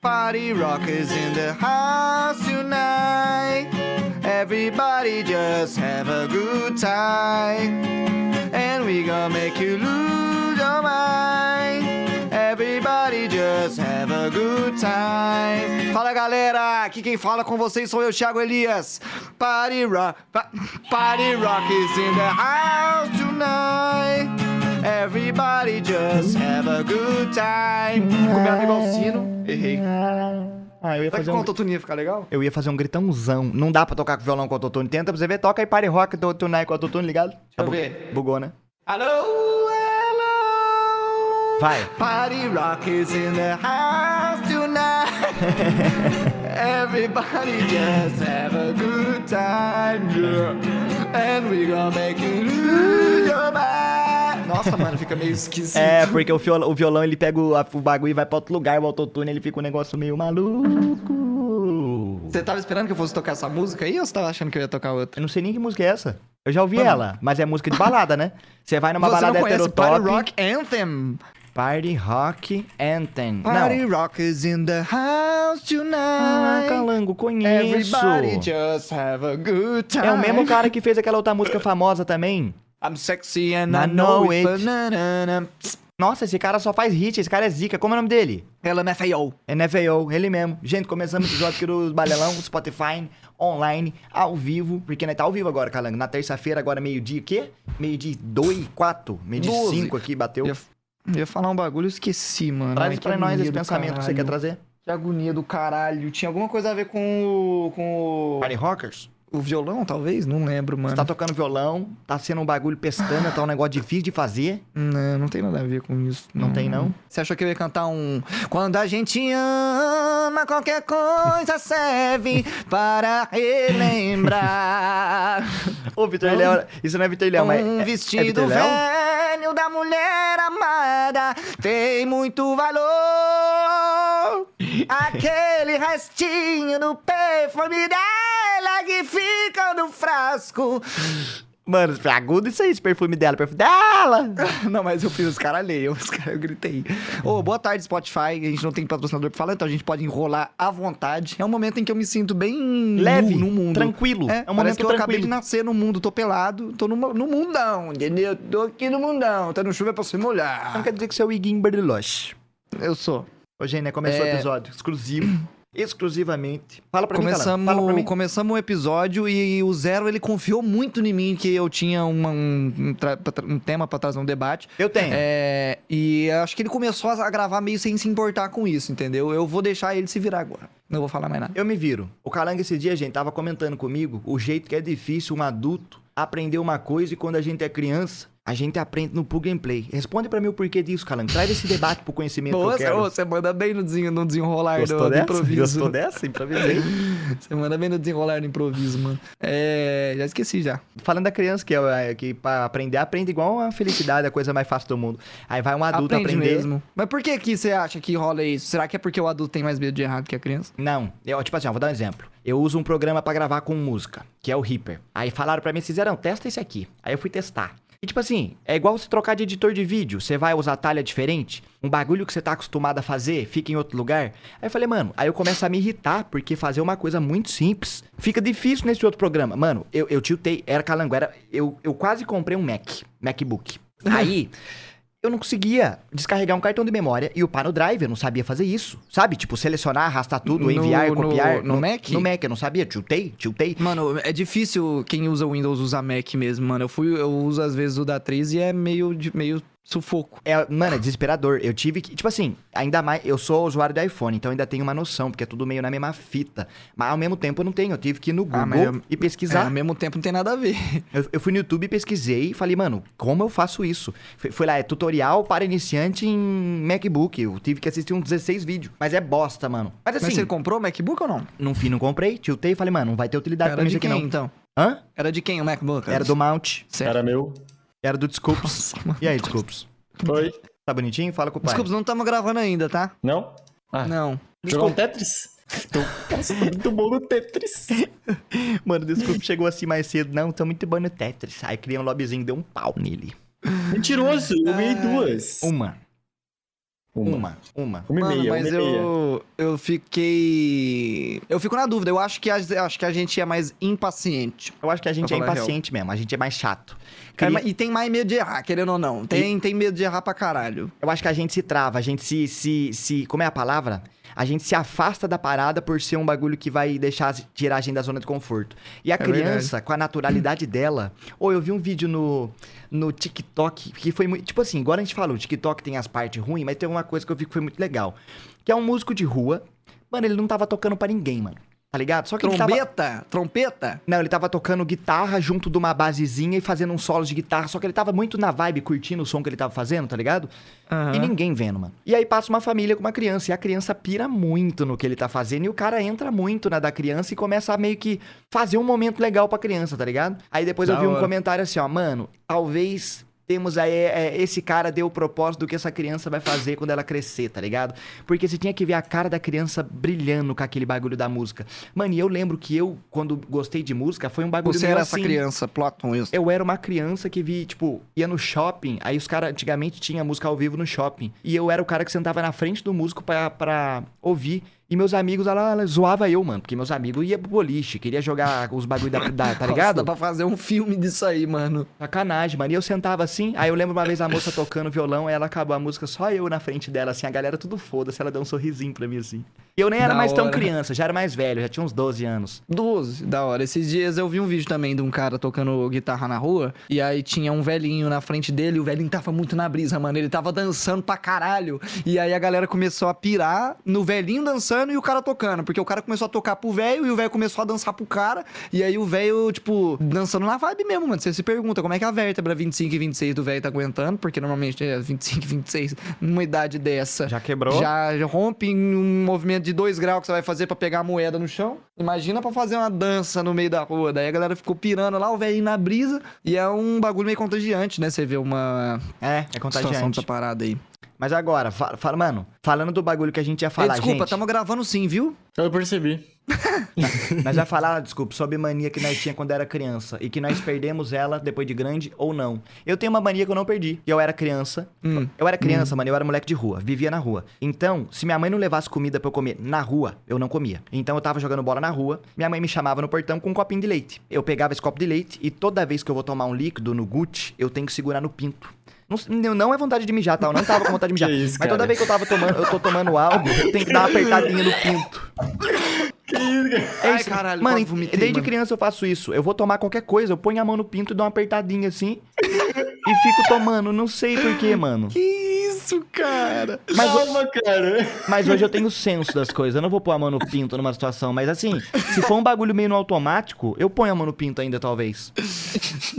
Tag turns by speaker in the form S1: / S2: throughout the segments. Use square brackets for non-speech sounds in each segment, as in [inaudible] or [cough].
S1: party rockers in the house tonight. Everybody just have a good time. And we gonna make you lose your mind. Everybody just have a good time. Fala galera, aqui quem fala com vocês sou eu, Thiago Elias. Party rock, pa party rockers in the house tonight. Everybody just have a good time. Ficou meio igual o sino. Errei.
S2: Ah, eu ia
S1: Será que Tá
S2: fazer
S1: com
S2: um...
S1: o autotune ia ficar legal?
S2: Eu ia fazer um gritãozão. Não dá pra tocar com violão com autotune. Tenta pra você ver. Toca aí Party Rock do Tunai com autotune, ligado? Deixa
S1: eu ver.
S2: Bugou, né?
S1: Alô, alô.
S2: Vai.
S1: Party rock is in the house tonight. [laughs] Everybody just have a good time, yeah. And we gonna make you lose your mind. Nossa, mano, fica meio esquisito.
S2: É, porque o violão, o violão ele pega o, a- o bagulho e vai pra outro lugar. O autotune ele fica um negócio meio maluco.
S1: Você tava esperando que eu fosse tocar essa música aí ou você tava achando que eu ia tocar outra?
S2: Eu não sei nem que música é essa. Eu já ouvi ela, mas é música de balada, né? Você vai numa
S1: você não
S2: balada
S1: conhece Party
S2: heterotop.
S1: Rock Anthem?
S2: Party Rock Anthem.
S1: Party
S2: não.
S1: rock is in the house
S2: Ah,
S1: tonight.
S2: Calango, conheço.
S1: Everybody just have a good time.
S2: É o mesmo cara que fez aquela outra música famosa também.
S1: I'm sexy and
S2: Na
S1: I know
S2: know
S1: it.
S2: it.
S1: Banana. Psst,
S2: Nossa, esse cara só faz hit, esse cara é zica. Como é o nome dele?
S1: Ela me feiou.
S2: NFL, ele mesmo. Gente, começamos o episódio aqui do Balelão, Spotify, online, ao vivo. Porque nós tá ao vivo agora, Calango. Na terça-feira, agora meio-dia, o quê? Meio-dia 2 e 4. Meio-dia
S1: Doze.
S2: 5 aqui, bateu.
S1: Eu ia, eu ia falar um bagulho, eu esqueci, mano. Ai,
S2: Traz
S1: que
S2: pra nós
S1: agonia
S2: esse
S1: do
S2: pensamento que você
S1: caralho.
S2: quer trazer.
S1: Que agonia do caralho. Tinha alguma coisa a ver com o. com
S2: Party Rockers?
S1: o, o violão, talvez? Não lembro, mano.
S2: Você tá tocando violão, tá sendo um bagulho pestana, tá um negócio difícil de fazer.
S1: Não, não tem nada a ver com isso.
S2: Não tem, não?
S1: Você achou que eu ia cantar um. Quando a gente ama, qualquer coisa serve para relembrar.
S2: Ô, Vitor Léo, isso não é Vitor Léo, mas.
S1: um
S2: é- é
S1: vestido
S2: Vitor Léo?
S1: velho da mulher amada tem muito valor. Aquele restinho do perfume dela que fica no frasco. [laughs]
S2: Mano, agudo isso aí, esse perfume dela, perfume dela!
S1: Não, mas eu fiz os caras leiam, os caras eu gritei. Ô, boa tarde, Spotify. A gente não tem patrocinador pra falar, então a gente pode enrolar à vontade. É um momento em que eu me sinto bem
S2: Leve,
S1: nu no mundo.
S2: tranquilo.
S1: É,
S2: É
S1: parece
S2: um momento
S1: que eu acabei
S2: tranquilo.
S1: de nascer no mundo, tô pelado, tô no, no mundão, entendeu? Tô aqui no mundão, tá no chuva pra se
S2: Não
S1: molhar.
S2: quer dizer que você é o Iguinho Berdeloche.
S1: Eu sou.
S2: Ô, Gênia, começou
S1: É.
S2: o episódio exclusivo, exclusivamente. Fala pra mim,
S1: Começamos,
S2: Calando. Fala pra mim.
S1: começamos o episódio e o Zero ele confiou muito em mim que eu tinha uma- um, um tra- pra tra- um tema pra trazer um debate.
S2: Eu tenho.
S1: É, e acho que ele começou a gravar meio sem se importar com isso, entendeu? Eu vou deixar ele se virar agora. Não vou falar mais nada.
S2: Eu me viro. O Calango esse dia, gente, tava comentando comigo o jeito que é difícil um adulto aprender uma coisa e quando a gente é criança, a gente aprende no plug and play. Responde pra mim o porquê disso, Calango. Traz esse debate pro conhecimento que eu
S1: Nossa,
S2: quero.
S1: ô, você manda bem no, desen- no desenrolar do,
S2: Gostou
S1: do
S2: dessa?
S1: improviso.
S2: Gostou dessa? Improvisei.
S1: [laughs] Você manda bem no desenrolar do improviso, mano. É, já esqueci já.
S2: Falando da criança que, é, que pra aprender, aprende igual a felicidade, a coisa mais fácil do mundo. Aí vai um adulto
S1: Aprende
S2: aprender.
S1: mesmo. Mas por que que você acha que rola isso? Será que é porque o adulto tem mais medo de errado que a criança?
S2: Não, eu, tipo assim, ó, vou dar um exemplo. Eu uso um programa pra gravar com música, que é o Reaper. Aí falaram pra mim, fizeram, testa esse aqui. Aí eu fui testar. E tipo assim, é igual você trocar de editor de vídeo, você vai usar talha diferente, um bagulho que você tá acostumado a fazer fica em outro lugar. Aí eu falei, mano, aí eu começo a me irritar, porque fazer uma coisa muito simples fica difícil nesse outro programa. Mano, eu, eu tiltei, era calango, era, eu, eu quase comprei um Mac, MacBook. Aí, eu não conseguia descarregar um cartão de memória e upar no drive, eu não sabia fazer isso. Sabe? Tipo, selecionar, arrastar tudo,
S1: No-
S2: enviar,
S1: no-
S2: copiar.
S1: no Mac?
S2: No Mac, eu não sabia. Tiltei, tiltei.
S1: Mano, é difícil quem usa Windows usar Mac mesmo, mano. Eu fui, eu uso às vezes o da atriz e é meio, de- meio sufoco.
S2: É, mano, é desesperador. Eu tive que. Tipo assim, ainda mais. Eu sou usuário do iPhone, então ainda tenho uma noção, porque é tudo meio na mesma fita. Mas ao mesmo tempo eu não tenho. Eu tive que ir no Google
S1: Ah, mas eu-
S2: e
S1: É, ao
S2: pesquisar.
S1: mesmo tempo não tem nada a ver.
S2: Eu, eu fui no YouTube e pesquisei e falei, mano, como eu faço isso? Foi, foi lá, é tutorial para iniciante em MacBook. Eu tive que assistir uns 16 vídeos. Mas é bosta, mano. Mas assim.
S1: Mas você comprou o MacBook ou não?
S2: Não fui, não comprei, tiltei e falei, mano, não vai ter utilidade pra
S1: Era
S2: mim isso
S1: de
S2: aqui
S1: quem,
S2: não.
S1: então?
S2: Hã?
S1: Era de quem o MacBook?
S2: Era do Mount,
S1: Certo.
S3: Era meu.
S2: era do Desculpes. E aí, Desculpes?
S3: Oi.
S2: Tá bonitinho? Fala com o pai.
S1: Desculpa, não estamos gravando ainda, tá?
S3: Não? Ah,
S1: Não.
S3: Jogou um Tetris? Tô, nossa, tô muito bom no Tetris.
S2: [laughs] Mano, Desculpes chegou assim mais cedo. Não, tô muito bom no Tetris. Aí criei um lobbyzinho, deu um pau nele.
S3: Mentiroso, eu ganhei duas.
S2: Uma. um- Uma. Uma.
S3: Uma e
S1: Mano,
S3: meia,
S1: mas
S3: uma e meia.
S1: eu, eu fiquei. Eu fico na dúvida. Eu acho que, a, eu acho que a gente é mais impaciente.
S2: Eu acho que a gente
S1: Pra
S2: é
S1: falar a real.
S2: impaciente mesmo, a gente é mais chato.
S1: Cara,
S2: Queria-
S1: mas- E tem mais medo de errar, querendo ou não. Tem, tem medo de errar pra caralho.
S2: Eu acho que a gente se trava, a gente se, se, se. Como é a palavra? A gente se afasta da parada por ser um bagulho que vai deixar tirar a gente da zona de conforto. E a criança, com a naturalidade dela. Ou eu vi um vídeo no, no TikTok que foi muito. Tipo assim, agora a gente falou, o TikTok tem as partes ruins, mas tem uma coisa que eu vi que foi muito legal. Que é um músico de rua. Mano, ele não tava tocando pra ninguém, mano. Tá ligado? Só que ele tava.
S1: Trombeta? Trompeta?
S2: Não, ele tava tocando guitarra junto de uma basezinha e fazendo um solo de guitarra. Só que ele tava muito na vibe, curtindo o som que ele tava fazendo, tá ligado? E ninguém vendo, mano. E aí passa uma família com uma criança. E a criança pira muito no que ele tá fazendo. E o cara entra muito na da criança e começa a meio que fazer um momento legal pra criança, tá ligado? Aí depois eu
S3: Da
S2: vi um
S3: hora.
S2: comentário assim, ó, mano, talvez. Temos aí, é, esse cara deu o propósito do que essa criança vai fazer quando ela crescer, tá ligado? Porque você tinha que ver a cara da criança brilhando com aquele bagulho da música. Mano, e eu lembro que eu, quando gostei de música, foi um bagulho
S1: Você
S2: meio
S1: era essa
S2: assim,
S1: criança, Platon, isso.
S2: eu era uma criança que vi, tipo, ia no shopping, aí os caras antigamente tinha música ao vivo no shopping. E eu era o cara que sentava na frente do músico pra, pra ouvir. E meus amigos, ela, ela zoava eu, mano. Porque meus amigos iam pro boliche, queria jogar os bagulho da, da- tá
S1: [laughs] Nossa,
S2: ligado?
S1: dá pra fazer um filme disso aí, mano.
S2: Sacanagem, mano. E eu sentava assim, aí eu lembro uma vez a moça tocando violão, aí ela acabou a música, só eu na frente dela, assim, a galera tudo foda-se, ela deu um sorrisinho pra mim, assim. E eu nem era
S1: Da
S2: mais tão
S1: hora.
S2: criança, já era mais velho, já tinha uns 12 anos.
S1: 12, da hora. Esses dias eu vi um vídeo também de um cara tocando guitarra na rua. E aí tinha um velhinho na frente dele. E o velhinho tava muito na brisa, mano. Ele tava dançando pra caralho. E aí a galera começou a pirar no velhinho dançando e o cara tocando. Porque o cara começou a tocar pro velho e o velho começou a dançar pro cara. E aí o velho, tipo, dançando na vibe mesmo, mano. Você se pergunta como é que a vértebra 25 e 26 do velho tá aguentando. Porque normalmente é 25 e 26 numa idade dessa.
S2: Já quebrou?
S1: Já já rompe em um movimento de dois graus que você vai fazer pra pegar a moeda no chão. Imagina pra fazer uma dança no meio da rua. Daí a galera ficou pirando lá, o velhinho na brisa. E é um bagulho meio contagiante, né? Você vê uma
S2: É, é
S1: situação dessa
S2: contagiante.
S1: parada aí.
S2: Mas agora, fa- fala, mano, falando do bagulho que a gente ia falar,
S1: Ei, desculpa,
S2: gente...
S1: tamo gravando sim, viu?
S3: Eu percebi.
S2: Nós vai falar, desculpa, sobre mania que nós tinha quando era criança e que nós perdemos ela depois de grande ou não. Eu tenho uma mania que eu não perdi. e Eu era criança.
S1: Hum.
S2: Eu era criança,
S3: Hum.
S2: mano, eu era moleque de rua, vivia na rua. Então, se minha mãe não levasse comida pra eu comer na rua, eu não comia. Então eu tava jogando bola na rua, minha mãe me chamava no portão com um copinho de leite. Eu pegava esse copo de leite e toda vez que eu vou tomar um líquido no Gucci, eu tenho que segurar no pinto. Não, não é vontade de mijar, tá? Eu não tava com
S3: [laughs]
S2: vontade de mijar.
S3: Que isso,
S2: Mas toda
S3: cara.
S2: vez que eu tava tomando, eu tô tomando algo, eu tenho que dar uma apertadinha no pinto.
S3: [laughs]
S2: É
S1: Ai,
S2: isso.
S1: caralho,
S2: mano,
S1: quase vomitei,
S2: desde
S1: mano.
S2: criança eu faço isso. Eu vou tomar qualquer coisa, eu ponho a mão no pinto e dou uma apertadinha assim e fico tomando. Não sei porquê, mano.
S1: Que isso, [laughs] cara?
S2: Mas, ho-
S3: Calma, cara.
S2: mas hoje eu tenho senso das coisas. Eu não vou pôr a mão no pinto numa situação. Mas assim, se for um bagulho meio no automático, eu ponho a mão no pinto ainda, talvez.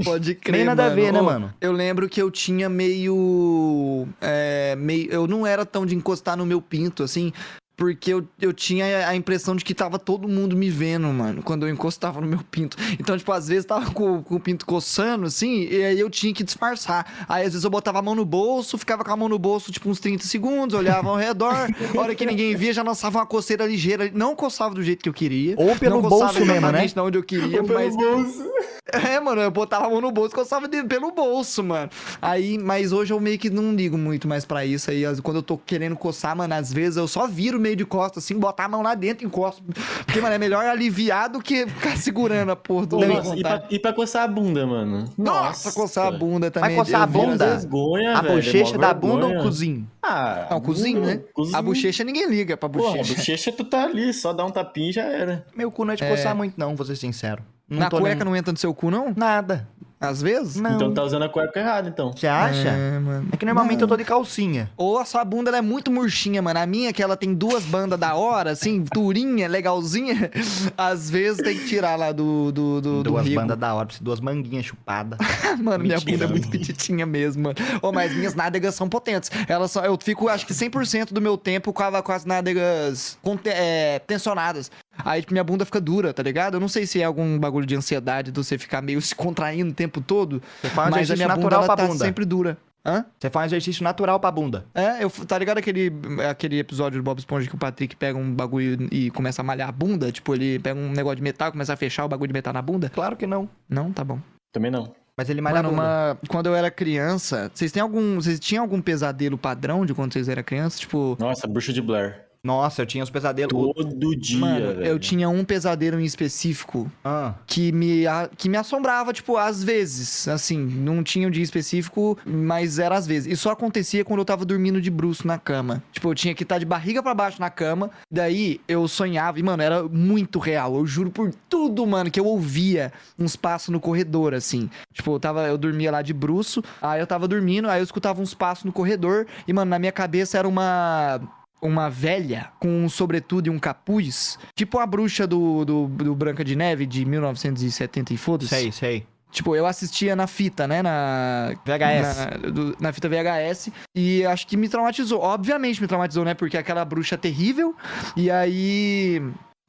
S1: Pode crer.
S2: Nem nada a
S1: mano.
S2: ver, né,
S1: Ô,
S2: mano?
S1: Eu lembro que eu tinha meio, é, meio. Eu não era tão de encostar no meu pinto, assim. Porque eu, eu tinha a impressão de que tava todo mundo me vendo, mano, quando eu encostava no meu pinto. Então, tipo, às vezes tava com, com o pinto coçando, assim, e aí eu tinha que disfarçar. Aí, às vezes, eu botava a mão no bolso, ficava com a mão no bolso, tipo, uns 30 segundos, olhava ao redor. A hora que ninguém via, já lançava uma coceira ligeira. Não coçava do jeito que eu queria.
S2: Ou pelo
S1: não coçava
S2: bolso mesmo, né?
S1: exatamente na onde eu queria,
S3: Eu pelo
S1: mas...
S3: bolso.
S1: [laughs] É, mano, eu botava a mão no bolso, coçava de, pelo bolso, mano. Aí, mas hoje eu meio que não ligo muito mais pra isso aí. As- Quando eu tô querendo coçar, mano, às vezes eu só viro meio de costas, assim, botar a mão lá dentro e encosto. Porque, mano, é melhor aliviar do que ficar segurando a porra do
S3: Nossa,
S1: meu
S3: e, pra, e pra coçar a bunda, mano?
S1: Nossa, coçar a bunda também.
S2: Vai coçar a
S1: eu viro,
S2: bunda?
S1: às vezes-
S3: Vergonha,
S2: A
S3: velho,
S2: bochecha
S3: mó
S2: da bunda ou
S3: vergonha.
S2: o cozinho?
S3: Ah,
S1: Não, cozinho, né?
S3: cozinho.
S1: A bochecha ninguém liga pra
S3: Porra, a
S1: bochecha.
S3: bochecha tu tá ali, só dá um tapinha e já era.
S2: Meu cu não é de coçar muito, não, vou ser sincero. Não
S1: Na
S2: tô
S1: cueca
S2: nem-
S1: não entra no seu cu, não?
S2: Nada.
S1: Às vezes?
S2: Não.
S3: Então tá usando a cueca errada, então.
S2: Você acha? É,
S1: mano.
S2: que normalmente eu tô de calcinha.
S1: Ou a sua bunda ela é muito murchinha, mano. A minha, que ela tem duas bandas da hora, assim, durinha, legalzinha. [laughs] Às vezes tem que tirar lá do, do, do, do
S2: duas
S1: rigo.
S2: bandas da hora, preciso de duas manguinhas chupadas.
S1: [laughs]
S2: [laughs]
S1: Mano, minha
S2: Mentira.
S1: bunda é muito petitinha mesmo, mano. Ô, mas minhas nádegas são potentes. Elas são, eu fico, acho que 100% do meu tempo com, a- com as nádegas conte- é, tensionadas. Aí tipo, minha bunda fica dura, tá ligado? Eu não sei se é algum bagulho de ansiedade de você ficar meio se contraindo o tempo todo.
S2: Você faz um
S1: mas a
S2: exercício
S1: minha bunda,
S2: natural
S1: ela
S2: pra
S1: tá
S2: bunda.
S1: sempre dura. Hã?
S2: Você faz um exercício natural pra bunda.
S1: É, eu, tá ligado aquele, aquele episódio do Bob Esponja que o Patrick pega um bagulho e começa a malhar a bunda? Tipo, ele pega um negócio de metal, começa a fechar o bagulho de metal na bunda?
S2: Claro que não.
S1: Não, tá bom.
S3: Também não.
S2: Mas ele malha
S1: Mano,
S2: a bunda.
S1: uma... quando eu era criança, vocês têm algum. Vocês tinham algum pesadelo padrão de quando vocês eram crianças? Tipo,
S3: Nossa, bruxa de Blair.
S2: Nossa, eu tinha uns pesadelos.
S3: Todo dia,
S1: mano,
S3: velho.
S1: eu tinha um pesadelo em específico
S2: Ah,
S1: que me, a- que me assombrava, tipo, às vezes. Assim, não tinha um dia específico, mas era às vezes. E só acontecia quando eu tava dormindo de bruxo na cama. Tipo, eu tinha que estar de barriga pra baixo na cama. Daí eu sonhava, e, mano, era muito real. Eu juro por tudo, mano, que eu ouvia uns passos no corredor, assim. Tipo, eu tava, eu dormia lá de bruxo, aí eu tava dormindo, aí eu escutava uns passos no corredor, e, mano, na minha cabeça era uma. Uma velha com um sobretudo e um capuz, tipo a bruxa do, do, do Branca de Neve de 1970 e foda-se.
S2: sei, sei.
S1: Tipo, eu assistia na fita, né? Na.
S2: VHS.
S1: Na, do- na fita VHS. E acho que me traumatizou. Obviamente me traumatizou, né? Porque aquela bruxa é terrível. E aí.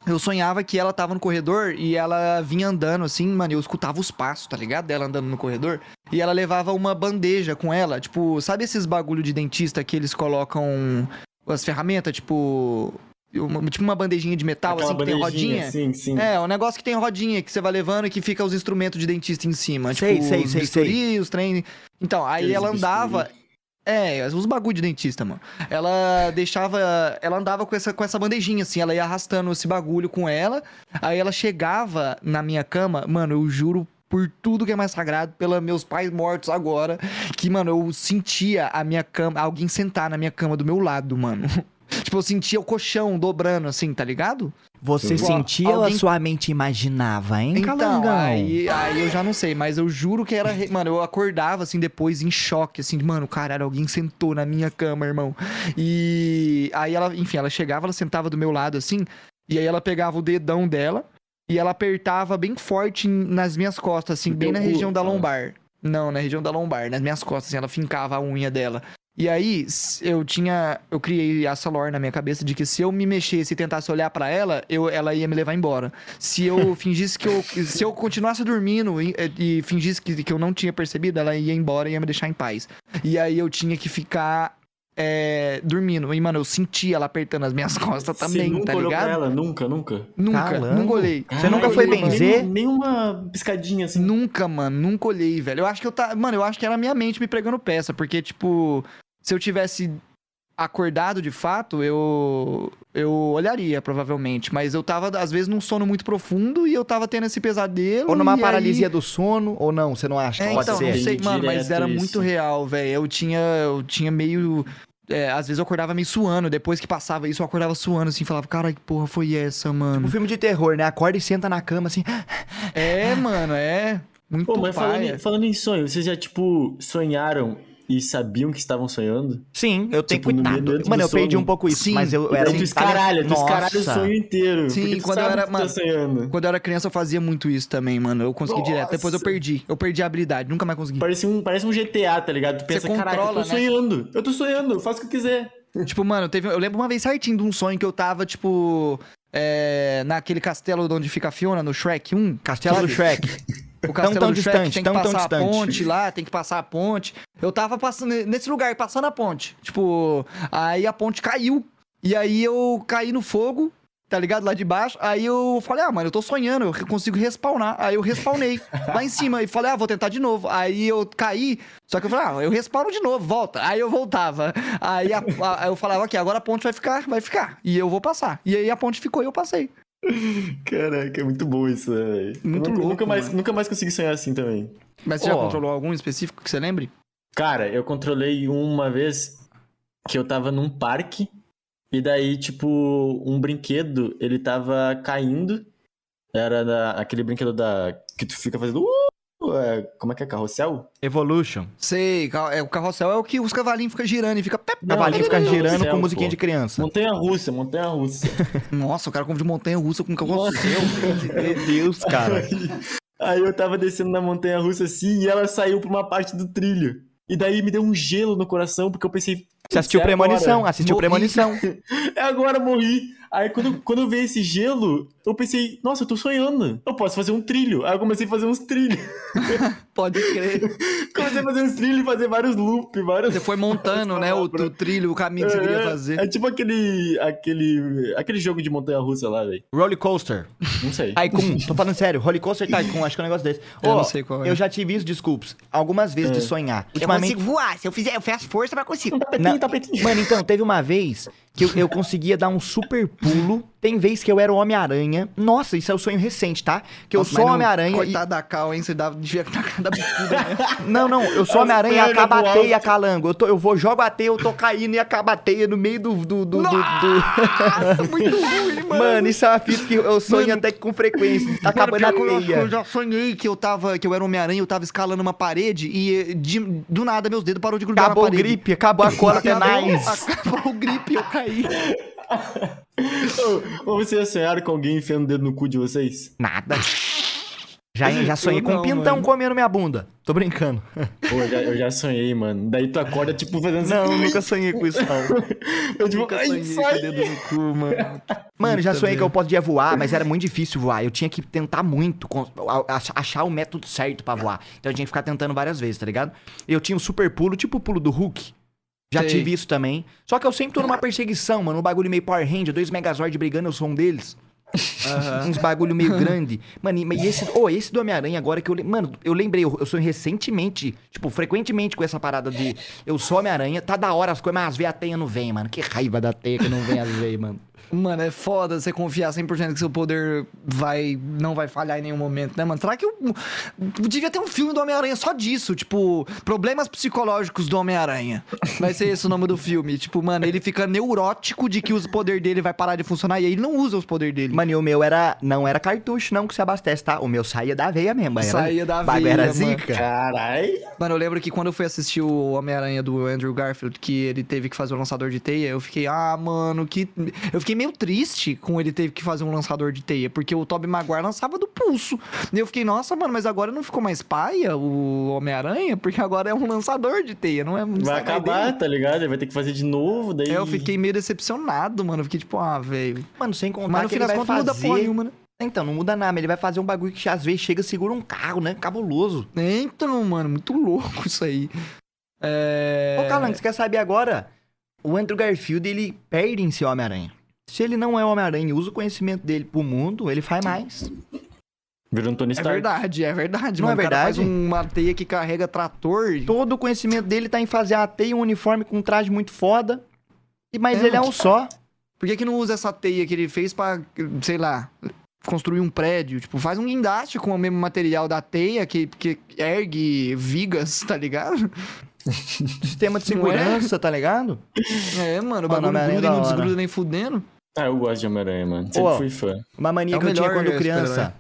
S1: Eu sonhava que ela tava no corredor e ela vinha andando assim, mano. Eu escutava os passos, tá ligado? Dela andando no corredor. E ela levava uma bandeja com ela. Tipo, sabe esses bagulho de dentista que eles colocam as ferramentas? Tipo. uma- tipo uma bandejinha de metal,
S3: Aquela
S1: assim, que tem
S3: bandejinha,
S1: rodinha?
S3: Sim, sim.
S1: É, o negócio que tem rodinha que você vai levando e que fica os instrumentos de dentista em cima.
S2: Sei,
S1: tipo,
S2: sei,
S1: os
S2: sei,
S1: bisturi, os trem. Então, aí
S3: Aqueles
S1: ela andava.
S3: bisturi.
S1: É, os bagulho de dentista, mano. Ela deixava. Ela andava com essa, com essa bandejinha, assim. Ela ia arrastando esse bagulho com ela. Aí ela chegava na minha cama, mano, eu juro. Por tudo que é mais sagrado, pelos meus pais mortos agora, que, mano, eu sentia a minha cama, alguém sentar na minha cama do meu lado, mano. [laughs] tipo, eu sentia o colchão dobrando, assim, tá ligado?
S2: Você
S1: Igual,
S2: sentia ou a
S1: alguém-
S2: sua mente imaginava, hein,
S1: Então,
S2: Calangão?
S1: aí, aí eu já não sei, mas eu juro que era. re- Mano, eu acordava assim depois em choque, assim, de, mano, caralho, alguém sentou na minha cama, irmão. E aí ela, enfim, ela chegava, ela sentava do meu lado assim, e aí ela pegava o dedão dela e ela apertava bem forte em- nas minhas costas, assim,
S3: No
S1: bem
S3: teu
S1: na
S3: cu,
S1: região da
S3: cara.
S1: lombar. Não, na região da lombar, nas minhas costas, assim, ela fincava a unha dela. E aí, s- eu tinha. Eu criei essa lore na minha cabeça de que se eu me mexesse e tentasse olhar pra ela, eu, ela ia me levar embora. Se
S3: [laughs]
S1: eu fingisse que eu. Se eu continuasse dormindo e, e fingisse que, que eu não tinha percebido, ela ia embora e ia me deixar em paz. E aí eu tinha que ficar é, dormindo. E, mano, eu sentia ela apertando as minhas [laughs] costas
S3: Você
S1: também,
S3: nunca
S1: tá
S3: olhou pra
S1: ligado?
S3: ela? Nunca, nunca.
S1: Nunca,
S2: Calando.
S1: nunca olhei.
S2: Você nunca foi
S1: olhei, mano.
S2: benzer?
S3: Nenhuma piscadinha assim.
S1: Nunca, mano, nunca olhei, velho. Eu acho que eu tá. Mano, eu acho que era a minha mente me pregando peça, porque, tipo, se eu tivesse acordado de fato, eu. Eu olharia, provavelmente. Mas eu tava, às vezes, num sono muito profundo e eu tava tendo esse pesadelo.
S2: Ou numa
S1: e aí-
S2: paralisia do sono, ou não, você não acha?
S1: É,
S2: Pode
S1: então,
S2: ser.
S1: não sei,
S3: Entendi
S1: mano, mas
S3: direto
S1: era
S3: isso.
S1: muito real, velho. Eu tinha, eu tinha meio. é, às vezes eu acordava meio suando, depois que passava isso, eu acordava suando, assim, falava, cara, que porra foi essa,
S2: [laughs] Um
S1: mano?
S2: filme de terror, né? Acorda e senta na cama assim.
S1: É, mano, é. Muito
S3: Pô, mas falando,
S1: paia.
S3: em- falando em sonho, vocês já, tipo, sonharam e sabiam que estavam sonhando?
S2: Sim, eu tenho
S3: Tipo, no meio
S2: cuidado.
S3: do-
S2: Mano, eu
S3: do sono.
S2: perdi um pouco isso,
S1: Sim,
S2: mas eu
S1: eu
S2: era
S3: Era
S1: sim.
S3: tu
S2: um
S3: escaralha, tu escaralha o
S2: Nossa.
S3: sonho inteiro.
S1: Sim,
S3: porque tu
S1: quando eu
S3: sabe
S1: era-
S3: que tu tá
S1: mano,
S3: sonhando.
S1: Quando eu era criança, eu fazia muito isso também, mano. Eu consegui
S3: Nossa.
S1: direto. Depois eu perdi. Eu perdi a habilidade, nunca mais
S3: [laughs]
S1: consegui.
S3: Parece um, parece um GTA, tá ligado? Tu pensa, caraca, eu tô
S1: controla, né?
S3: sonhando, eu tô sonhando, eu faço o que eu quiser.
S1: tipo, mano, teve, eu lembro uma vez certinho de um sonho que eu tava, tipo. é, naquele castelo de onde fica a Fiona, no Shrek 1.
S2: Castelo do
S1: sabe?
S2: é Shrek.
S1: O castelo
S2: tão
S1: do Shrek
S2: distante,
S1: tem que
S2: tão, tão
S1: passar a
S2: distante.
S1: ponte lá, tem que passar a ponte. Eu tava passando nesse lugar, passando a ponte. Tipo, aí a ponte caiu. E aí eu caí no fogo, tá ligado? Lá de baixo. Aí eu falei, ah, mano, eu tô sonhando, eu consigo respawnar. Aí eu [laughs] respawnei lá em cima e falei, ah, vou tentar de novo. Aí eu caí, só que eu falei, ah, eu respawno de novo, volta. Aí eu voltava. Aí a- a- eu falava, ok, agora a ponte vai ficar, vai ficar. E eu vou passar. E aí a ponte ficou e eu passei.
S3: Caraca, é muito bom isso, né, velho? Eu
S1: Muito
S3: nunca-
S1: louco,
S3: Nunca mais,
S1: mano.
S3: nunca mais consegui sonhar assim também.
S1: Mas você já
S2: Ó.
S1: controlou algum específico que você lembre?
S3: Cara, eu controlei uma vez que eu tava num parque e daí, tipo, um brinquedo, ele tava caindo. Era da- aquele brinquedo da que tu fica fazendo... "Uh", é, como é que é? Carrossel?
S2: Evolution.
S1: Sei, ca- é, o carrossel é o que os cavalinhos ficam girando e fica. pep,
S3: Não,
S2: Cavalinho fica
S3: não,
S2: girando
S3: céu,
S2: com musiquinha
S3: pô.
S2: de criança. [laughs]
S3: Montanha-russa, montanha-russa.
S1: Nossa, o cara come de montanha russa com carrossel.
S2: Meu Deus, cara.
S3: Aí eu tava descendo na montanha russa assim e ela saiu pra uma parte do trilho. E daí me deu um gelo no coração porque eu pensei, é
S2: Você assistiu
S3: Até
S2: Premonição, assistiu
S1: Morri.
S2: Premonição.
S3: é [laughs] agora eu morri. Aí quando, quando eu vi esse gelo, eu pensei, nossa, eu tô sonhando. Eu posso fazer um trilho. Aí eu comecei a fazer uns trilhos. [laughs]
S1: Pode crer.
S3: comecei a fazer uns trilhos e fazer vários loops, vários.
S1: Você foi montando, né, o, o trilho, o caminho que você queria
S3: É,
S1: fazer.
S3: É tipo aquele. aquele. aquele jogo de montanha-russa lá, velho.
S2: Roller coaster.
S3: Não
S2: [laughs]
S3: sei.
S2: Tycoon. Tô falando sério. Roller coaster Tycoon. Acho que é um negócio desse.
S1: Eu
S2: Ó,
S1: não sei qual é.
S2: Eu já tive isso, desculpas. Algumas vezes de sonhar.
S4: Eu
S2: Ultimamente-
S4: consigo voar. Se eu fizer, eu faço força, mas consigo.
S3: Tapetinho, tapetinho.
S2: Mano, então, teve uma vez que eu, eu conseguia dar um super pulo. Tem vez que eu era o Homem-Aranha. Nossa, isso é o sonho recente, tá? Que eu
S1: Nossa,
S2: sou
S1: mas não-
S2: Homem-Aranha. e-
S1: Coitado da Cal, hein? Você dava, devia estar cada bicuda, né? [laughs]
S2: Não, não, eu sou
S3: As
S2: Homem-Aranha e
S3: pernas
S2: acaba a
S3: pro
S2: teia,
S3: alto.
S2: calango. Eu, tô, eu vou, jogo a teia, eu tô caindo e acaba a teia no meio do. do, do, do-
S4: Nossa, muito ruim,
S2: do- Mano, isso é uma fita que eu sonho até que com frequência. Tá acabando a
S1: Mano, pior que eu, eu
S2: teia.
S1: já sonhei que eu tava, que eu era Homem-Aranha, eu tava escalando uma parede e eh, de- do nada meus dedos parou de grudar
S2: Acabou
S1: na
S2: o
S1: parede.
S2: gripe, acabou a cola penais.
S1: Acabou, [laughs] acabou o gripe, eu caí.
S3: Ou vocês sonharam com alguém enfiando o dedo no cu de vocês?
S2: Nada. Já, já sonhei
S1: Eu
S2: com um
S1: não,
S2: pintão
S1: mano.
S2: comendo minha bunda. Tô brincando.
S3: Pô, eu já, eu já sonhei, mano. Daí tu acorda, tipo, fazendo assim.
S2: Não, nunca sonhei com isso, não.
S3: Eu, tipo,
S1: Nunca
S3: ai,
S1: sonhei com o
S3: sai.
S1: dedo no cu, mano.
S2: Mano, já
S1: Puta
S2: sonhei que eu
S1: merda.
S2: podia voar, mas era muito difícil voar. Eu tinha que tentar muito, con- a- a- achar o método certo pra voar. Então eu tinha que ficar tentando várias vezes, tá ligado? Eu tinha um super pulo, tipo o pulo do Hulk. Já
S1: Sei.
S2: tive isso também. Só que eu sempre tô numa perseguição, mano. Um bagulho meio Power Ranger, dois Megazord brigando, eu sou um deles. Uns
S1: [laughs]
S2: bagulho meio grande. Mano, e e esse, oh, esse do Homem-Aranha agora que eu. le- Mano, eu lembrei, eu, eu sonho recentemente, tipo, frequentemente com essa parada de eu sou Homem-Aranha, tá da hora as coisas, mas às vezes a teia não vem, mano. Que raiva da teia que não vem às vezes, mano.
S1: Mano, é foda você confiar 100% que seu poder vai, não vai falhar em nenhum momento, né, mano? Será que eu, devia ter um filme do Homem-Aranha só disso? Tipo, problemas psicológicos do Homem-Aranha. Vai ser esse o nome do filme. Tipo, mano, ele fica neurótico de que o poder dele vai parar de funcionar e aí ele não usa os poderes dele.
S2: Mano, e o meu era. Não era cartucho, não, que se abastece, tá? O meu saía da veia mesmo, era. um
S1: Saía da
S2: bagulho
S1: veia,
S2: era
S1: mano. É.
S2: zica.
S3: Carai.
S1: Mano, eu lembro que quando eu fui assistir o Homem-Aranha do Andrew Garfield, que ele teve que fazer o lançador de teia, eu fiquei, ah, mano, que. Eu fiquei meio triste com ele teve que fazer um lançador de teia, porque o Tobey Maguire lançava do pulso. E eu fiquei, nossa, mano, mas agora não ficou mais paia o Homem-Aranha, porque agora é um lançador de teia, não é não
S3: Vai
S1: sai mais
S3: acabar,
S1: dele.
S3: tá ligado? Ele vai ter que fazer de novo, daí.
S1: É, eu fiquei meio decepcionado, mano. Eu fiquei tipo, ah, velho.
S2: Mano, sem contar
S1: Mas no
S2: tá que
S1: fim
S2: ele
S1: das
S2: vai
S1: contas
S2: fazer...
S1: não muda porra nenhuma, né?
S2: Então, não muda nada, mas ele vai fazer um bagulho que às vezes chega e segura um carro, né? Cabuloso.
S1: Então, mano, muito louco isso aí. É.
S2: Ô, Calango, você quer saber agora? O Andrew Garfield, ele perde em ser Homem-Aranha. Se ele não é Homem-Aranha e usa o conhecimento dele pro mundo, ele faz mais.
S3: Virou um Tony
S1: É
S3: Stark.
S1: verdade, é verdade.
S2: Não
S1: mano.
S2: é
S1: O cara faz
S2: verdade?
S1: uma teia que carrega trator. e-
S2: Todo o conhecimento dele tá em fazer a teia, um uniforme com um traje muito foda. E- Mas
S1: É,
S2: ele é um só.
S1: Por que, que não usa essa teia que ele fez pra, sei lá, construir um prédio? Tipo, faz um guindaste com o mesmo material da teia que, que ergue vigas, tá ligado?
S2: Sistema de
S1: Não é?
S2: segurança, tá ligado?
S1: É, mano, o bagulho
S2: Mano, mas é
S1: gruda e
S2: da
S1: não
S2: hora.
S1: desgruda nem fudendo.
S3: Ah, eu gosto de Homem-Aranha, mano. Sempre
S2: Ó.
S3: fui fã.
S2: Uma mania
S1: É o
S2: que eu tinha
S1: melhor né?
S2: quando criança.
S1: super-herói.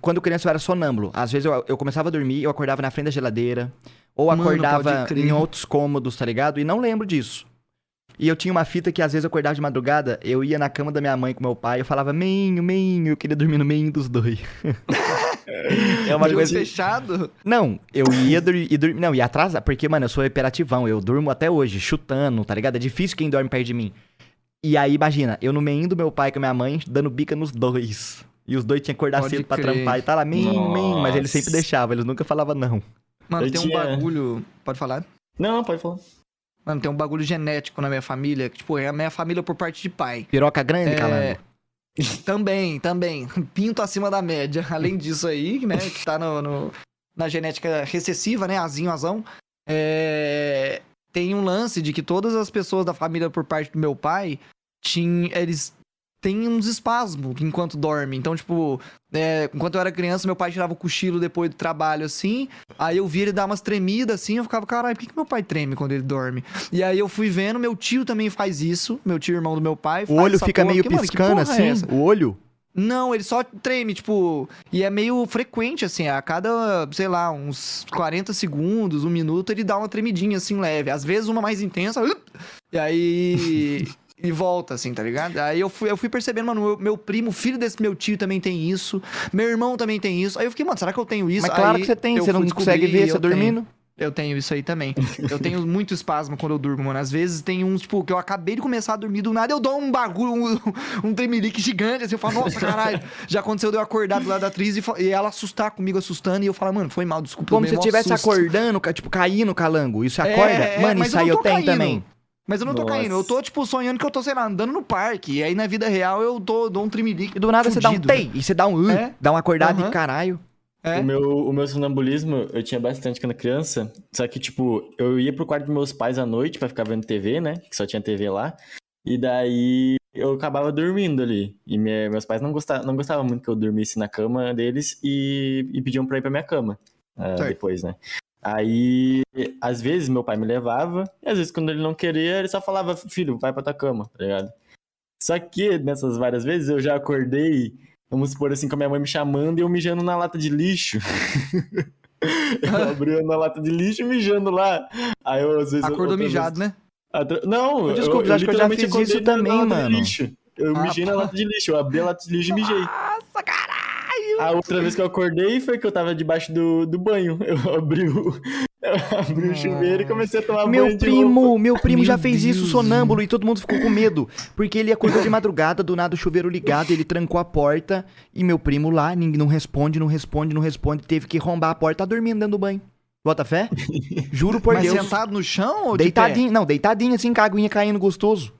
S2: Quando criança eu era sonâmbulo. Às vezes eu, eu começava a dormir, eu acordava na frente da geladeira. Ou
S1: Mano,
S2: acordava
S1: pode crer.
S2: em outros cômodos, tá ligado? E não lembro disso. E eu tinha uma fita que às vezes eu acordava de madrugada, eu ia na cama da minha mãe com meu pai, eu falava meinho, meinho, eu queria dormir no meinho dos dois. [laughs] é uma
S1: Olho
S2: coisa.
S1: fechado.
S2: Não, eu ia [laughs] dormir. não, ia atrasar, porque, mano, eu sou hiperativão, eu durmo até hoje, chutando, tá ligado? É difícil quem dorme perto de mim. E aí, imagina, eu no meinho do meu pai com a minha mãe, dando bica nos dois. E os dois tinham que acordar
S1: Pode
S2: cedo pra
S1: crer.
S2: trampar. E tá lá, meinho, meinho, mas eles sempre
S3: Nossa.
S2: deixavam, eles nunca falavam não.
S1: Mano,
S3: Eu
S1: tem um
S3: tinha-
S1: bagulho. Pode falar?
S3: Não, pode falar.
S1: Mano, tem um bagulho genético na minha família. Que, tipo, é a minha família por parte de pai.
S2: Piroca grande,
S1: É,
S2: calango.
S1: Também, também. Pinto acima da média. [laughs] Além disso aí, né? Que tá no, no- na genética recessiva, né? Azinho, azão. É, tem um lance de que todas as pessoas da família por parte do meu pai, tinham, eles têm uns espasmos enquanto dormem. Então, tipo, é, enquanto eu era criança, meu pai tirava o cochilo depois do trabalho, assim. Aí eu via ele dar umas tremidas, assim. Eu ficava, caralho, por que, que meu pai treme quando ele dorme? E aí eu fui vendo, meu tio também faz isso. Meu tio, irmão do meu pai.
S2: O
S1: faz
S2: olho
S1: essa
S2: fica
S1: porra.
S2: meio
S1: Porque, mano, que
S2: piscando
S1: porra é
S2: assim,
S1: essa?
S2: o olho.
S1: Não, ele só treme, tipo. E é meio frequente, assim. A cada, sei lá, uns 40 segundos, um minuto, ele dá uma tremidinha, assim, leve. Às vezes uma mais intensa. up, E
S2: [laughs]
S1: aí. E volta, assim, tá ligado? Aí eu fui, eu fui percebendo, mano, meu, meu primo, filho desse meu tio também tem isso. Meu irmão também tem isso. Aí eu fiquei, mano, será que eu tenho isso?
S2: mas claro
S1: Aí
S2: que você tem,
S1: eu
S2: você não
S1: fui
S2: consegue
S1: descobrir
S2: ver
S1: e
S2: você
S1: eu tenho.
S2: dormindo.
S1: Eu tenho isso aí também. Eu
S2: [laughs]
S1: tenho muito espasmo quando eu durmo, mano. Às vezes tem uns, tipo, que eu acabei de começar a dormir do nada, eu dou um bagulho, um, um tremelique gigante, assim, eu falo, nossa, caralho. Já aconteceu de eu acordar do lado da atriz e, fa- e ela assustar comigo, assustando, e eu falo, mano, foi mal, desculpa. eu
S2: Como
S1: dei
S2: se
S1: mó
S2: estivesse
S1: susto.
S2: acordando, ca- tipo, caindo calango. Isso
S1: É,
S2: acorda?
S1: é,
S2: Mano,
S1: mas
S2: isso
S1: eu
S2: aí
S1: não
S2: eu
S1: tô
S2: tenho
S1: caindo.
S2: também.
S1: Mas eu não tô
S3: Nossa.
S1: caindo, eu tô, tipo, sonhando que eu tô, sei lá, andando no parque. E aí, na vida real, eu tô, dou um tremelique.
S2: E do nada você dá um
S1: Fudido, né?
S2: tei, e você dá um uh,
S1: É.
S2: dá uma acordada
S1: Aham.
S2: e caralho.
S1: É.
S3: O, meu, o meu sonambulismo eu tinha bastante quando criança. Só que, tipo, eu ia pro quarto dos meus pais à noite pra ficar vendo TV, né? Que só tinha TV lá. E daí eu acabava dormindo ali. E minha- meus pais não gostavam, não gostavam muito que eu dormisse na cama deles e, e pediam pra ir pra minha cama ah,
S1: Certo.
S3: depois, né? Aí, às vezes, meu pai me levava, e às vezes, quando ele não queria, ele só falava, filho, vai pra tua cama, tá ligado? Só que nessas várias vezes eu já acordei, vamos supor assim, com a minha mãe me chamando e eu mijando na lata de lixo. [laughs] eu abrindo a lata de lixo e mijando lá. Aí eu, às vezes. eu-
S1: Acordou
S3: outra vez-
S1: mijado, né?
S3: Atra- Não, eu,
S2: Desculpa, acho que eu já
S3: literalmente
S2: fiz
S3: acordei
S2: isso
S3: mijando na
S2: também,
S3: lata de
S2: mano.
S3: lixo. Eu
S1: Ah,
S3: mijei na
S1: pá.
S3: lata de lixo, eu abri a lata de lixo e mijei.
S1: Nossa, caralho!
S3: A outra vez que eu acordei foi que eu tava debaixo do, do banho. [laughs] Eu abri o, eu abri o chuveiro e comecei a tomar
S2: Meu
S3: banho de novo.
S2: primo, meu primo
S1: Meu
S2: já fez isso,
S1: Deus.
S2: sonâmbulo, e todo mundo ficou com medo. Porque ele acordou de madrugada, do nada o chuveiro ligado, ele trancou a porta, e meu primo lá, ninguém não responde, não responde, não responde, teve que arrombar a porta, tá dormindo dentro do banho. Bota fé? Juro por
S1: Mas
S2: Deus.
S1: sentado no chão ou de pé?
S2: Deitadinho, não, deitadinho assim, com a aguinha caindo gostoso.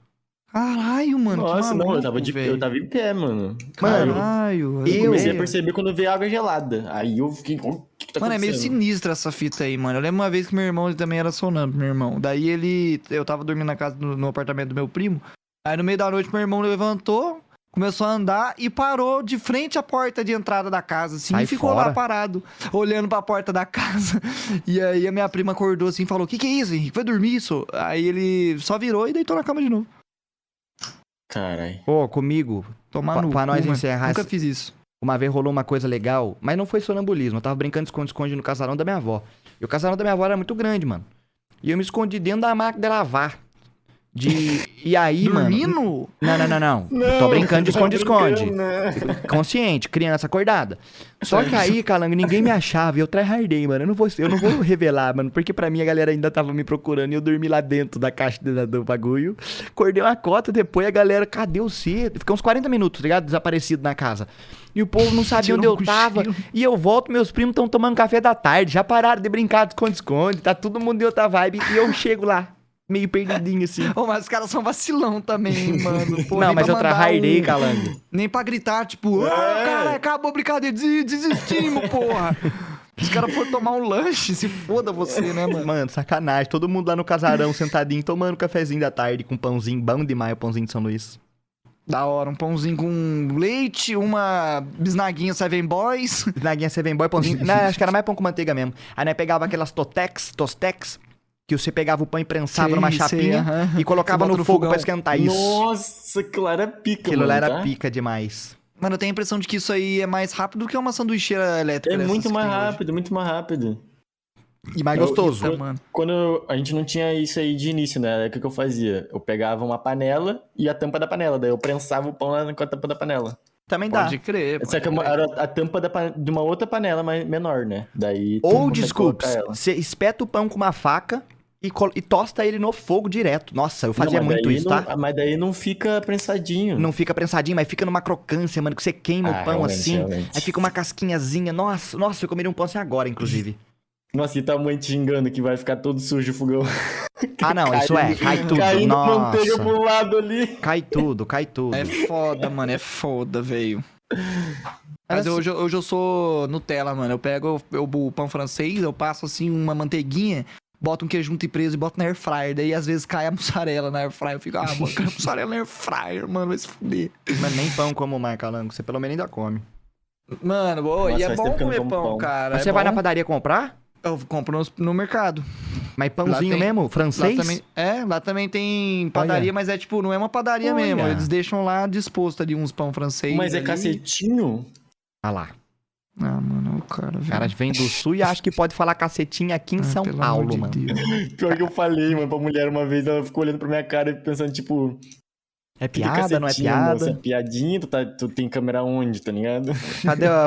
S1: Caralho, mano.
S3: Nossa,
S1: que maluco,
S3: não, eu tava, de, eu
S1: velho.
S3: tava em pé, mano. Aí eu-
S1: Caralho,
S3: Eu
S2: Eu-
S3: comecei a
S1: velho.
S3: perceber quando eu vi água gelada. Aí eu fiquei. "Oh, O que, que tá
S1: Mano, é meio
S3: acontecendo?"
S1: sinistra essa fita aí, mano. Eu lembro uma vez que meu irmão ele também era sonâmbulo, meu irmão. Daí ele. Eu tava dormindo na casa, do- no apartamento do meu primo. Aí no meio da noite, meu irmão levantou, começou a andar e parou de frente à porta de entrada da casa, assim,
S2: Sai
S1: e ficou
S2: fora.
S1: lá parado, olhando pra porta da casa. [laughs] E aí a minha prima acordou assim e falou: Que que é isso, Henrique? Foi dormir isso? Aí ele só virou e deitou na cama de novo.
S3: Carai.
S2: Ô, comigo,
S1: Tomar
S2: Pra-
S1: no.
S2: pra
S1: cu,
S2: nós
S1: mano.
S2: encerrar
S1: Nunca
S2: esse-
S1: fiz isso.
S2: Uma vez rolou uma coisa legal, mas não foi sonambulismo. Eu tava brincando de esconde-esconde no casarão da minha avó. E o casarão da minha avó era muito grande, mano. E eu me escondi dentro da máquina de lavar. De. E aí, mano.
S1: Dormindo?
S2: Não, não, não, não. Tô brincando de
S3: Tá
S2: esconde-esconde.
S1: né?
S3: né?
S2: Consciente, criança acordada. Só que aí, calango, ninguém me achava. e Eu tryhardei, mano. Eu não, vou, eu não vou revelar, mano. Porque pra mim a galera ainda tava me procurando e eu dormi lá dentro da caixa do, do bagulho. Acordei uma cota, depois a galera, cadê você? Ficou uns 40 minutos, tá ligado? Desaparecido na casa. E o povo não sabia
S1: Tirou
S2: onde eu
S1: um cochilo.
S2: tava. E eu volto, meus primos estão tomando café da tarde. Já pararam de brincar de esconde-esconde. Tá todo mundo em outra vibe. E eu chego lá, meio perdidinho assim.
S1: Ô, mas os caras são vacilão também,
S2: [laughs]
S1: hein, mano. Pô,
S2: não,
S1: nem
S2: mas
S1: pra
S2: eu
S1: mandar
S2: tryhardei,
S1: um-
S2: calango.
S1: Nem pra gritar, tipo, ah,
S3: É.
S1: cara, acabou a brincadeira, des- desistimos, porra. Os caras foram tomar um lanche, se foda você, né, mano?
S2: Mano, sacanagem. Todo mundo lá no casarão, sentadinho, tomando um cafezinho da tarde com pãozinho bom demais, o pãozinho de São Luís.
S1: Da hora, um pãozinho com leite, uma bisnaguinha Seven Boys.
S2: Naguinha Seven Boy, pãozinho. Não, acho que era mais pão com manteiga mesmo. Aí nós pegava aquelas totex, tostex, que você pegava o pão e prensava
S1: Sei,
S2: numa
S1: sei,
S2: chapinha
S1: aham.
S2: e colocava
S1: Você
S2: no,
S1: bota no
S2: fogo
S1: fogão.
S2: pra esquentar isso.
S3: Nossa, aquilo lá era pica,
S2: Aquilo
S3: mano.
S2: lá era
S3: tá?
S2: pica demais.
S1: Mano, eu tenho a impressão de que isso aí é mais rápido do que uma sanduicheira elétrica.
S3: É
S1: dessas
S3: muito
S1: que
S3: mais
S1: tem hoje.
S3: rápido, muito mais rápido.
S2: E mais
S3: Eu-
S2: gostoso.
S1: Tá, mano.
S3: Quando eu- a gente não tinha isso aí de início, né? O que, que eu fazia? Eu pegava uma panela e a tampa da panela. Daí eu prensava o pão lá com a tampa da panela.
S2: Também dá.
S1: Pode crer.
S3: Só
S1: pode
S3: que é
S1: crer.
S3: era a tampa da pa- de uma outra panela mas menor, né? Daí. tu
S2: Ou,
S3: consegue
S2: desculpas,
S3: colocar ela.
S2: você espeta o pão com uma faca e, col- e tosta ele no fogo direto. Nossa, eu fazia
S3: Não, mas
S2: muito
S3: daí
S2: isso,
S3: não-
S2: tá?
S3: Mas daí não fica prensadinho.
S2: Não fica prensadinho, mas fica numa crocância, mano, que você queima
S3: Ah,
S2: o pão
S3: realmente,
S2: assim.
S3: realmente.
S2: Aí fica uma casquinhazinha. Nossa, nossa, eu comeria um pão assim agora, inclusive.
S3: Nossa, e tua mãe te engana que vai ficar todo sujo o fogão.
S2: Ah, não, isso é. Cai tudo.
S3: [laughs] Caindo manteiga
S2: Nossa.
S3: pro lado ali.
S2: Cai tudo, cai tudo.
S1: É foda, mano, é foda, velho. Mas
S2: Era
S1: hoje, eu- hoje eu sou Nutella, mano. Eu pego eu, o pão francês, eu passo assim uma manteiguinha, boto um queijo muito preso e boto na air fryer. Daí às vezes cai a mussarela na air fryer. Eu fico, ah, mano, cai a mussarela na air fryer, mano, vai se fuder.
S2: Mas é nem pão como mais, Calango. Você pelo menos ainda come.
S1: Mano, ô,
S3: Nossa,
S1: e é
S3: faz
S1: bom
S3: tempo que eu não
S1: comer pão,
S3: como pão.
S1: cara.
S2: Mas
S1: é
S2: você vai
S1: bom.
S2: na padaria comprar?
S1: Eu compro no, no mercado.
S2: Mas pãozinho
S1: tem-
S2: mesmo? Francês?
S1: Lá também, é, lá também tem padaria, mas é tipo, não é uma padaria
S2: Olha.
S1: mesmo. Eles deixam lá disposto ali uns pão francês.
S3: Mas é
S1: ali.
S3: cacetinho?
S2: Ah lá.
S1: Ah, mano, o cara, velho.
S2: O cara vem do sul e acha que pode falar cacetinha aqui em
S1: Ah,
S2: São
S1: pelo
S2: Paulo,
S1: amor de
S2: mano.
S1: Deus.
S3: Pior que eu falei, mano, pra mulher uma vez, ela ficou olhando pra minha cara e pensando, tipo,
S2: É
S3: Fica
S2: piada, não é
S3: cacetinho, moça,
S2: piada?
S3: é piadinha, tu, tá- tu tem câmera onde, tá ligado? [laughs]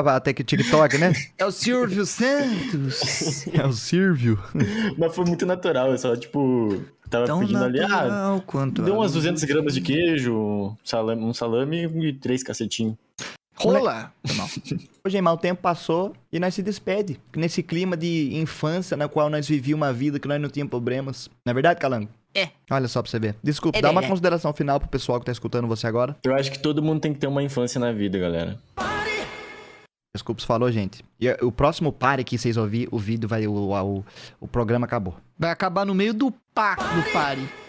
S2: Cadê a, a tec- TikTok,
S1: [laughs]
S2: né?
S1: É o Silvio Santos.
S2: É o Sírvio.
S3: Mas foi muito natural, eu só, tipo, tava
S1: Tão
S3: pedindo ali, ah,
S1: natural quanto.
S3: deu
S1: a
S3: umas
S1: luz.
S3: 200 gramas de queijo, salame- um salame e três cacetinhos.
S1: Rola!
S2: Hoje, mal o tempo passou e nós se despede. Nesse clima de infância na qual nós vivíamos uma vida que nós não tínhamos problemas. Não é verdade, Calango?
S4: É.
S2: Olha só pra você ver. Desculpa,
S4: É
S2: dá uma
S4: verdade.
S2: consideração final pro pessoal que tá escutando você agora.
S3: Eu acho que todo mundo tem que ter uma infância na vida, galera.
S2: Desculpa, você falou, gente. E eh, o próximo pare que vocês ouvir, o vídeo vai. O, o, o programa acabou.
S1: Vai acabar no meio do pá do pare.